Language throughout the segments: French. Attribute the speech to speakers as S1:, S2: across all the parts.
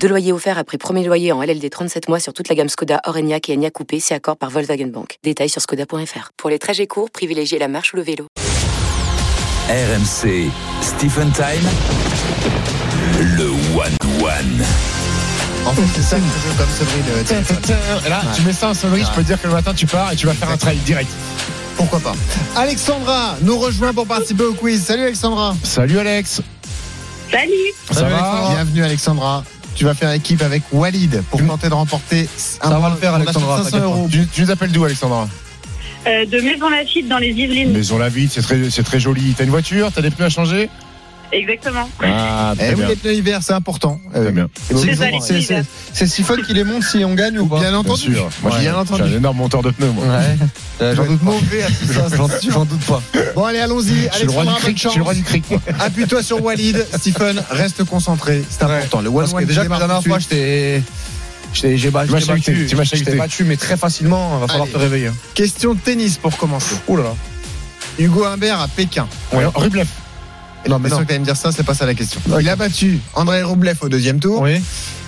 S1: Deux loyers offerts après premier loyer en LLD 37 mois sur toute la gamme Skoda, Orenia et Enya Coupé, si accord par Volkswagen Bank. Détails sur skoda.fr. Pour les trajets courts, privilégiez la marche ou le vélo.
S2: RMC, Stephen Time, le one one.
S3: En fait, c'est ça que je veux comme sonnerie de téléphone.
S4: Là, tu mets ça en sonnerie, je peux te dire que le matin, tu pars et tu vas faire un trail direct.
S3: Pourquoi pas Alexandra nous rejoint pour participer au quiz. Salut Alexandra.
S4: Salut Alex
S5: Salut
S4: Ça va
S3: Bienvenue Alexandra. Tu vas faire équipe avec Walid pour tenter de remporter un
S4: Ça va
S3: bon-
S4: le faire,
S3: on achète
S4: Alexandra.
S3: 500 euros.
S4: Tu, tu nous appelles d'où, Alexandra
S5: Euh, De Maison Lafitte dans les Yvelines.
S4: Maison la ville, c'est très, c'est très joli. T'as une voiture T'as des pneus à changer
S5: Exactement.
S4: Ah,
S3: Eh
S4: très
S3: oui,
S4: bien.
S3: les pneus hiver, c'est important. Eh
S4: Très
S3: oui.
S4: bien.
S3: Et oui,
S5: C'est ça, les
S3: c'est- c'est-
S5: pneus hiver.
S3: c'est Siphon qui les monte si on gagne ou pas Bien
S4: Bien
S3: entendu.
S4: sûr. Moi, j'ai-
S3: Bien entendu.
S4: j'ai un énorme monteur de pneus, moi.
S3: Ouais.
S6: Euh,
S4: j'en doute pas.
S3: mauvais à tout ça, j'en doute pas. Bon, allez, allons-y.
S4: Je suis le roi du
S3: Alexandra, bonne
S4: cric. Je suis le
S3: chance.
S4: roi du cric. moi.
S3: Appuie-toi sur Walid. Stephen, reste concentré. C'est important. Le
S6: Parce que
S3: one-one
S6: déjà, la dernière fois,
S3: je
S6: j'étais. j'étais- J'ai battu,
S4: Tu m'as
S6: j'ai
S4: chahuté,
S6: battu,
S4: tu m'as
S6: je t'ai
S4: chahuté.
S6: battu, mais très facilement. Va falloir
S3: Allez.
S6: te réveiller.
S3: Question de tennis pour commencer.
S6: Ouh là là.
S3: Hugo Humbert à Pékin.
S4: Ouais, Rublev.
S3: Non, mais
S6: mais
S3: sûr
S6: non.
S3: que t'allais me dire ça, c'est pas ça la question. Il a battu André Rublev au deuxième tour.
S6: Oui.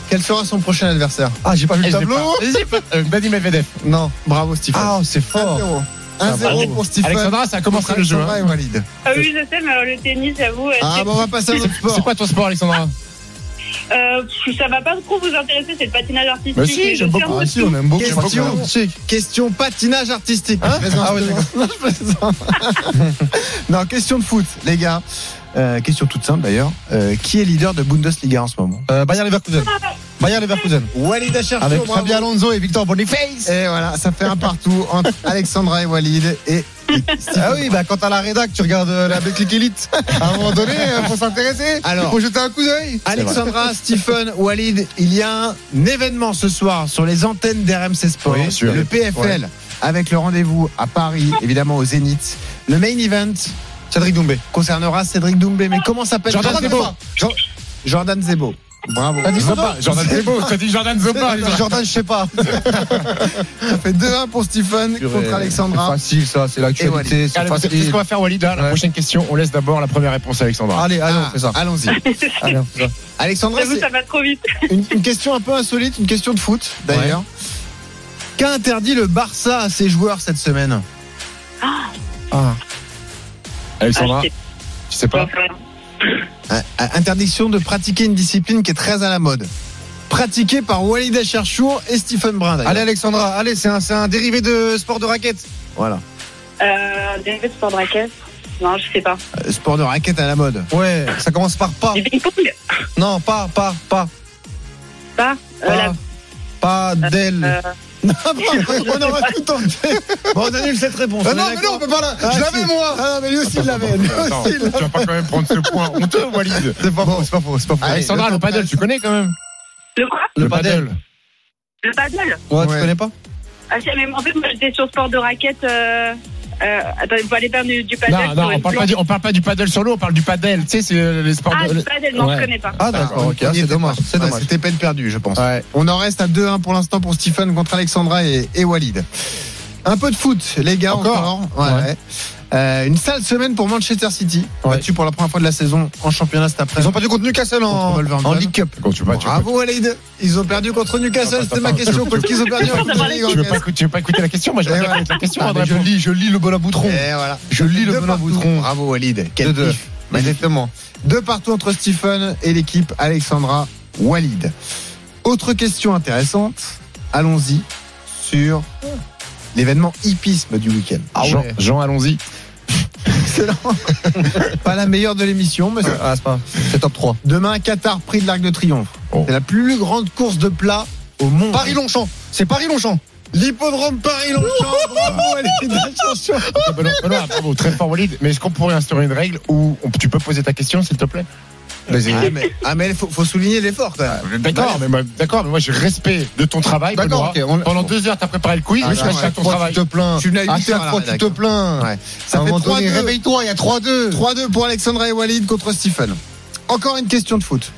S3: Quel sera son prochain adversaire
S6: Ah, j'ai pas vu
S4: Eh,
S6: le
S4: je l'ai
S6: tableau.
S4: pas. Euh, Vadim Medvedev.
S3: Non, bravo Stephen.
S6: Ah, c'est fort.
S3: 1-0.
S6: Ah, bravo.
S3: 1-0 pour Stephen.
S4: Alexandra, ça a commencé le jeu. hein.
S3: Alexandra et Walid.
S5: Ah oui, je sais, mais alors le tennis, j'avoue, euh,
S3: Ah,
S5: c'est-
S3: bon, on va passer à notre
S4: C'est
S3: sport.
S4: quoi ton sport, Alexandra
S5: euh, pff, ça va pas trop vous intéresser, c'est le patinage artistique.
S4: Mais si,
S5: et je
S4: j'aime
S5: suis
S4: beaucoup.
S5: en
S4: Ah, si, on aime beaucoup.
S3: Question.
S4: J'aime beaucoup.
S3: Question patinage artistique.
S6: Hein
S3: Je plaisante,
S6: Ah ouais,
S3: je plaisante. Je plaisante. non, question de foot, les gars. Euh, question toute simple d'ailleurs. Euh, qui est leader de Bundesliga en ce moment
S6: Euh, Bayer Leverkusen. Bayer Leverkusen.
S3: Walid Acharcho,
S6: Avec
S3: bravo.
S6: Fabien Alonso et Victor Boniface.
S3: Et voilà, ça fait un partout entre Alexandra et Walid. Et
S6: Ah oui, bah quand t'as la rédac, tu regardes euh, la Betclic Elite. À un moment donné, euh, faut s'intéresser.
S3: Alors.
S6: faut jeter un coup d'œil.
S3: Alexandra, Stephen, Walid, il y a un événement ce soir sur les antennes d'RMC Sport,
S4: Oui, bien sûr.
S3: le PFL, avec le rendez-vous à Paris, évidemment au Zénith. Le main event
S6: Cédric Doumbé.
S3: concernera Cédric Doumbé. Mais comment s'appelle
S4: Jordan Zebo. Jor-
S3: Jordan Zebo. Bravo.
S6: Ah,
S4: Zoba, Jordan Zebo. T'as dit Jordan Zoba.
S3: Jordan, Jordan, je sais pas. Ça fait 2-1 pour Stephen contre
S6: C'est
S3: Alexandra.
S6: facile, ça. C'est l'actualité. C'est
S4: Allez, Qu'est-ce
S6: facile.
S4: qu'on va faire, Walid là, La
S6: Ouais.
S4: prochaine question, on laisse d'abord la première réponse à Alexandra.
S6: Allez, allez, on fait ça.
S3: Ah, Allons-y.
S6: Allez, on fait ça.
S3: Alexandra,
S5: J'avoue,
S3: c'est-
S5: ça va trop vite.
S3: Une, une question un peu insolite, une question de foot d'ailleurs. Qu'a interdit le Barça à ses joueurs cette semaine
S4: Alexandra,
S5: Ah, je
S4: tu
S5: sais
S4: sais
S5: pas,
S4: pas
S5: frère.
S3: Euh, euh, Interdiction de pratiquer une discipline qui est très à la mode. Pratiquée par Walid Acharchour et Stephen Brun. d'ailleurs.
S6: Allez, Alexandra. Allez, c'est un, c'est un dérivé de sport de raquette.
S3: voilà.
S5: Euh, dérivé de sport de raquette Non, je sais pas.
S3: Euh, Sport de raquette à la mode.
S6: Ouais, ça commence par pas.
S5: Du ping-pong
S6: Non, pas, pas, pas,
S5: Pas euh,
S6: pas. Pas d'elle.
S5: la- euh,
S3: on aura tout tenté. Bon, on annule cette réponse.
S6: Ah
S3: on est
S6: non, mais
S3: d'accord
S6: non, on peut pas là.
S3: Ah,
S6: je l'avais,
S3: si.
S6: moi.
S3: Ah non, mais lui aussi il l'avait. Lui
S4: Attends,
S3: aussi
S4: tu
S3: il l'avait.
S4: vas pas quand même prendre ce point honteux, Walid
S6: C'est pas faux, c'est pas faux, c'est pas faux.
S3: Allez,
S4: Alexandra,
S3: le
S4: le paddle, tu connais quand même
S5: le quoi
S6: Le paddle.
S5: Le paddle
S6: Ouais,
S3: Ouais.
S6: tu connais pas
S5: ah, c'est- mais En fait, moi, j'étais sur sport de raquette. Euh... Euh, attendez, vous allez faire du, du paddle
S4: Non, non,
S5: sur
S4: on parle,
S5: une
S4: pas
S5: planche.
S4: du, on parle pas du paddle sur l'eau, on parle du paddle. Tu sais, c'est les sports
S5: Ah,
S4: de.
S5: du paddle, non,
S4: Ouais.
S5: je connais pas.
S6: Ah,
S4: d'accord,
S3: ok, ah, c'est dommage, c'est dommage. C'était peine perdue, je pense.
S6: Ouais.
S3: On en reste à 2-1 pour l'instant pour Stephen contre Alexandra et, et Walid. Un peu de foot, les gars, encore.
S4: Encore
S3: Ouais,
S4: Ouais.
S3: ouais. Euh, une sale semaine pour Manchester City,
S6: Ouais.
S3: battu pour la première fois de la saison en championnat cet
S6: Ils ont
S3: après-midi.
S6: perdu contre Newcastle en,
S3: Contre Wolverhampton.
S6: en League Cup.
S4: Quand tu vas, tu vas-
S3: Bravo Walid, ils ont perdu contre Newcastle,
S6: Ah,
S4: Attends,
S6: bah,
S3: c'était ma
S4: attends,
S3: question, parce qu'ils ont perdu en Coupe de Ligue
S4: tu veux, pas,
S3: anglaise.
S4: écouter- tu veux pas écouter la question Moi, j'aimerais
S3: Eh
S4: bien
S3: ouais.
S4: connaître la question.
S6: Ah,
S4: avant
S6: mais
S4: de
S6: je
S4: répondre.
S6: lis, je lis le bol à boutron.
S3: Et
S4: Eh,
S3: Eh, voilà.
S6: Je lis le
S3: Deux
S6: melon
S3: partout.
S6: boutron.
S3: Bravo Walid,
S6: Deux,
S3: quel
S6: deux.
S3: pif. Exactement. Bah, Deux partout entre Stephen et l'équipe Alexandra Walid. Autre question intéressante, allons-y sur l'événement hippisme du week-end.
S6: Ah
S4: Jean, Jean, allons-y.
S3: Ah Excellent. pas la meilleure de l'émission, mais c'est-
S6: Ah, c'est pas. C'est top 3.
S3: demain Qatar Prix de l'Arc de Triomphe.
S4: Oh.
S3: C'est la plus grande course de plat au monde.
S6: Paris-Longchamp. C'est Paris-Longchamp.
S3: l'hippodrome Paris-Longchamp. Bravo, Walid Acharchon.
S4: Ah, Benoît, Benoît, bravo, très fort, Walid. Mais est-ce qu'on pourrait instaurer une règle où on- tu peux poser ta question, s'il te plaît
S3: Ah, mais, ah, mais faut, faut souligner l'effort, quand même.
S4: D'accord, mais moi, d'accord, mais moi j'ai respect de ton travail.
S6: D'accord,
S4: Benoît.
S6: ok. on-
S4: Pendant deux heures, t'as préparé le quiz.
S3: Ah,
S4: mais
S3: d'accord,
S4: je
S3: ouais.
S4: reste à ton
S6: Pourquoi
S4: travail.
S6: tu te plains.
S3: Je suis venu à 8
S6: À
S3: heures,
S6: chaque
S3: là,
S6: fois, tu te
S3: d'accord.
S6: plains.
S3: Ouais.
S6: À
S3: Ça
S6: un
S3: fait
S6: moment donné,
S3: 3-2.
S6: réveille-toi, il y a 3-2.
S3: 3-2 pour Alexandra et Walid contre Stephen. Encore une question de foot.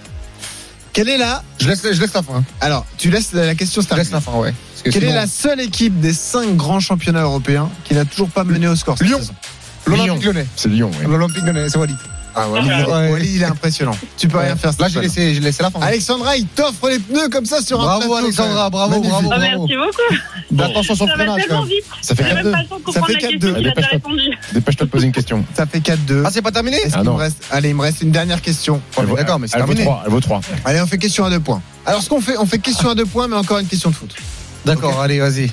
S3: Quelle est la.
S6: Je laisse, je laisse la fin.
S3: Alors, tu laisses la question se
S6: Je
S3: terminer.
S6: laisse la fin, ouais. Parce que
S3: Quelle est
S6: sinon-
S3: la seule équipe des 5 grands championnats européens qui n'a toujours pas mené au score cette
S6: Lyon.
S3: saison
S6: L'Olympique Lyonnais.
S4: C'est Lyon, oui.
S6: L'Olympique Lyonnais, c'est Walid.
S3: Ah ouais,
S5: Ah
S6: ouais.
S3: Walid, il est impressionnant. Tu peux rien faire.
S6: Là, j'ai
S3: Stephen.
S6: laissé, j'ai laissé la fin.
S3: Alexandra, il t'offre les pneus comme ça sur un
S6: Bravo,
S3: plateau.
S6: Alexandra, bravo,
S3: Magnifique.
S6: bravo.
S5: Oh, merci beaucoup.
S6: Bon. Attention sur le
S5: Ça va
S6: freinage,
S5: tellement
S6: quand même.
S5: vite.
S4: Ça fait
S5: J'ai même
S4: 4-2.
S5: pas le temps de comprendre
S3: fait
S5: la
S3: 4-2.
S5: question qu'il a déjà
S4: Dépêche-toi.
S5: répondu.
S4: Dépêche-toi de poser une question.
S3: Ça fait 4-2.
S6: Ah, c'est pas terminé
S3: Est-ce
S4: Ah
S3: qu'il
S4: non.
S3: me reste- Allez, il me reste une dernière question.
S4: Elle vaut-
S6: d'accord, mais c'est
S4: elle vaut
S6: terminé.
S4: 3, elle vaut 3.
S3: Allez, on fait question à deux points. Alors, ce qu'on fait, on fait question à deux points, mais encore une question de foot.
S6: D'accord, allez, vas-y.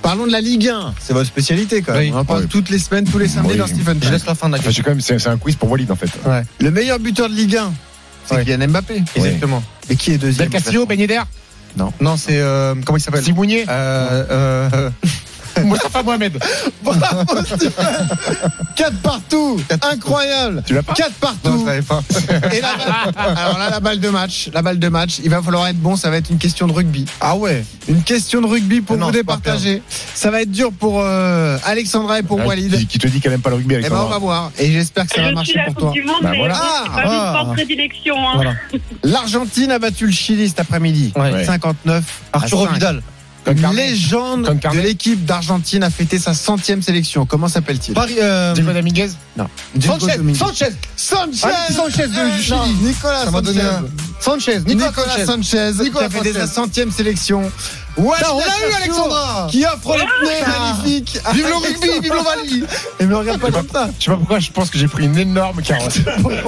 S3: Parlons de la Ligue 1. C'est votre spécialité, quand même.
S6: Oui.
S3: On en parle
S4: Oui.
S3: toutes les semaines, tous les samedis
S4: Oui.
S3: dans Stephen
S6: Je
S3: Time.
S6: laisse la fin de la
S4: Enfin,
S6: question.
S4: j'ai quand même, c'est c'est un quiz pour Walid en fait.
S3: Le meilleur buteur de Ligue 1, c'est
S6: Ouais.
S3: Kylian Mbappé.
S6: Exactement.
S3: Et qui est deuxième
S4: Del Castillo, Ben Yedder,
S6: Non, c'est. euh, Comment il s'appelle
S4: Simounier,
S6: Euh, euh, euh,
S4: Mostafa Mohamed.
S3: Bravo, Stephen 4 partout Incroyable
S4: Tu l'as pas
S3: 4
S6: Non, je
S3: partout
S6: l'avais pas.
S3: Et la balle- Alors là, la balle de match, la balle de match, il va falloir être bon, ça va être une question de rugby.
S6: Ah ouais
S3: Une question de rugby pour
S6: Ah non,
S3: vous
S6: faut pas
S3: départager. Ça va être dur pour euh, Alexandra et pour
S4: Ah,
S3: Walid.
S4: Qui, qui te dit qu'elle aime pas le rugby
S3: Eh ben on va
S4: Alexandra.
S3: voir et j'espère que ça va
S5: Je suis
S3: marcher
S5: la
S3: pour toi.
S5: Coupe du Monde,
S4: Bah,
S5: mais
S4: voilà.
S5: bon, c'est pas
S6: Ah.
S5: mon sport de prédilection. hein.
S6: Voilà.
S3: L'Argentine a battu le Chili cet après-midi.
S6: Ouais.
S3: 59
S6: Arturo
S3: à 5.
S6: Vidal.
S4: Comme
S3: Une
S4: Carmen.
S3: légende
S4: Comme
S3: de
S4: Carmen.
S3: l'équipe d'Argentine a fêté sa centième sélection. Comment s'appelle-t-il
S6: Paris. euh,
S4: Diego Dominguez
S3: Diego
S6: Sanchez,
S3: Dominguez.
S6: Sanchez,
S3: Sanchez
S6: Ah, Sanchez de-
S3: Eh,
S6: du
S3: non,
S6: Chili.
S3: Nicolas
S6: Ça m'a
S3: Sanchez
S6: donné un- Sanchez,
S3: Nicolas,
S6: Nicolas Sanchez.
S3: Sanchez
S6: Nicolas
S3: qui a fait sa
S6: Sanchez.
S3: centième sélection. Walid
S6: Putain, on l'a eu,
S3: Assasio,
S6: Alexandra
S3: Qui offre les pneus
S6: Ah.
S3: magnifiques à
S6: Vive le rugby, vive le Vali
S3: Et me regarde pas comme ça.
S4: Je sais pas pourquoi, je pense que j'ai pris une énorme carotte.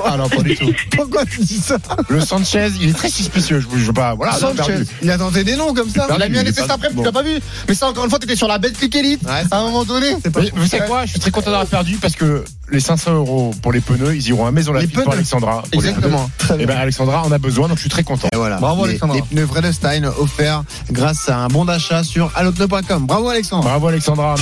S4: ah non, pas du tout.
S3: Pourquoi tu dis ça
S4: Le Sanchez, il est très suspicieux. Je vous- je veux pas. Voilà, non,
S6: Sanchez.
S4: Ah, perdu.
S3: Il a tenté des noms comme ça.
S4: Perdu,
S6: La
S4: il est
S6: mienne était
S4: pas-
S6: cet après, tu
S4: bon.
S6: l'as pas vu Mais ça, encore une fois, t'étais sur la bête clique élite
S3: Ouais,
S6: à un moment donné.
S3: c'est pas
S4: Mais vous savez quoi Je suis très content d'avoir perdu parce que les 500 euros pour les pneus, ils iront à Maison
S3: Les
S4: Lafitte pour
S3: pneus.
S4: Alexandra. Pour les
S6: Exactement.
S4: pneus. Et ben Alexandra en a besoin, donc je suis très content.
S3: Et voilà.
S6: Bravo,
S3: Les-
S6: Alexandra.
S3: Les pneus Vredestein offerts grâce à un bon d'achat sur allopneu.com. Bravo Alexandra.
S4: Bravo Alexandra.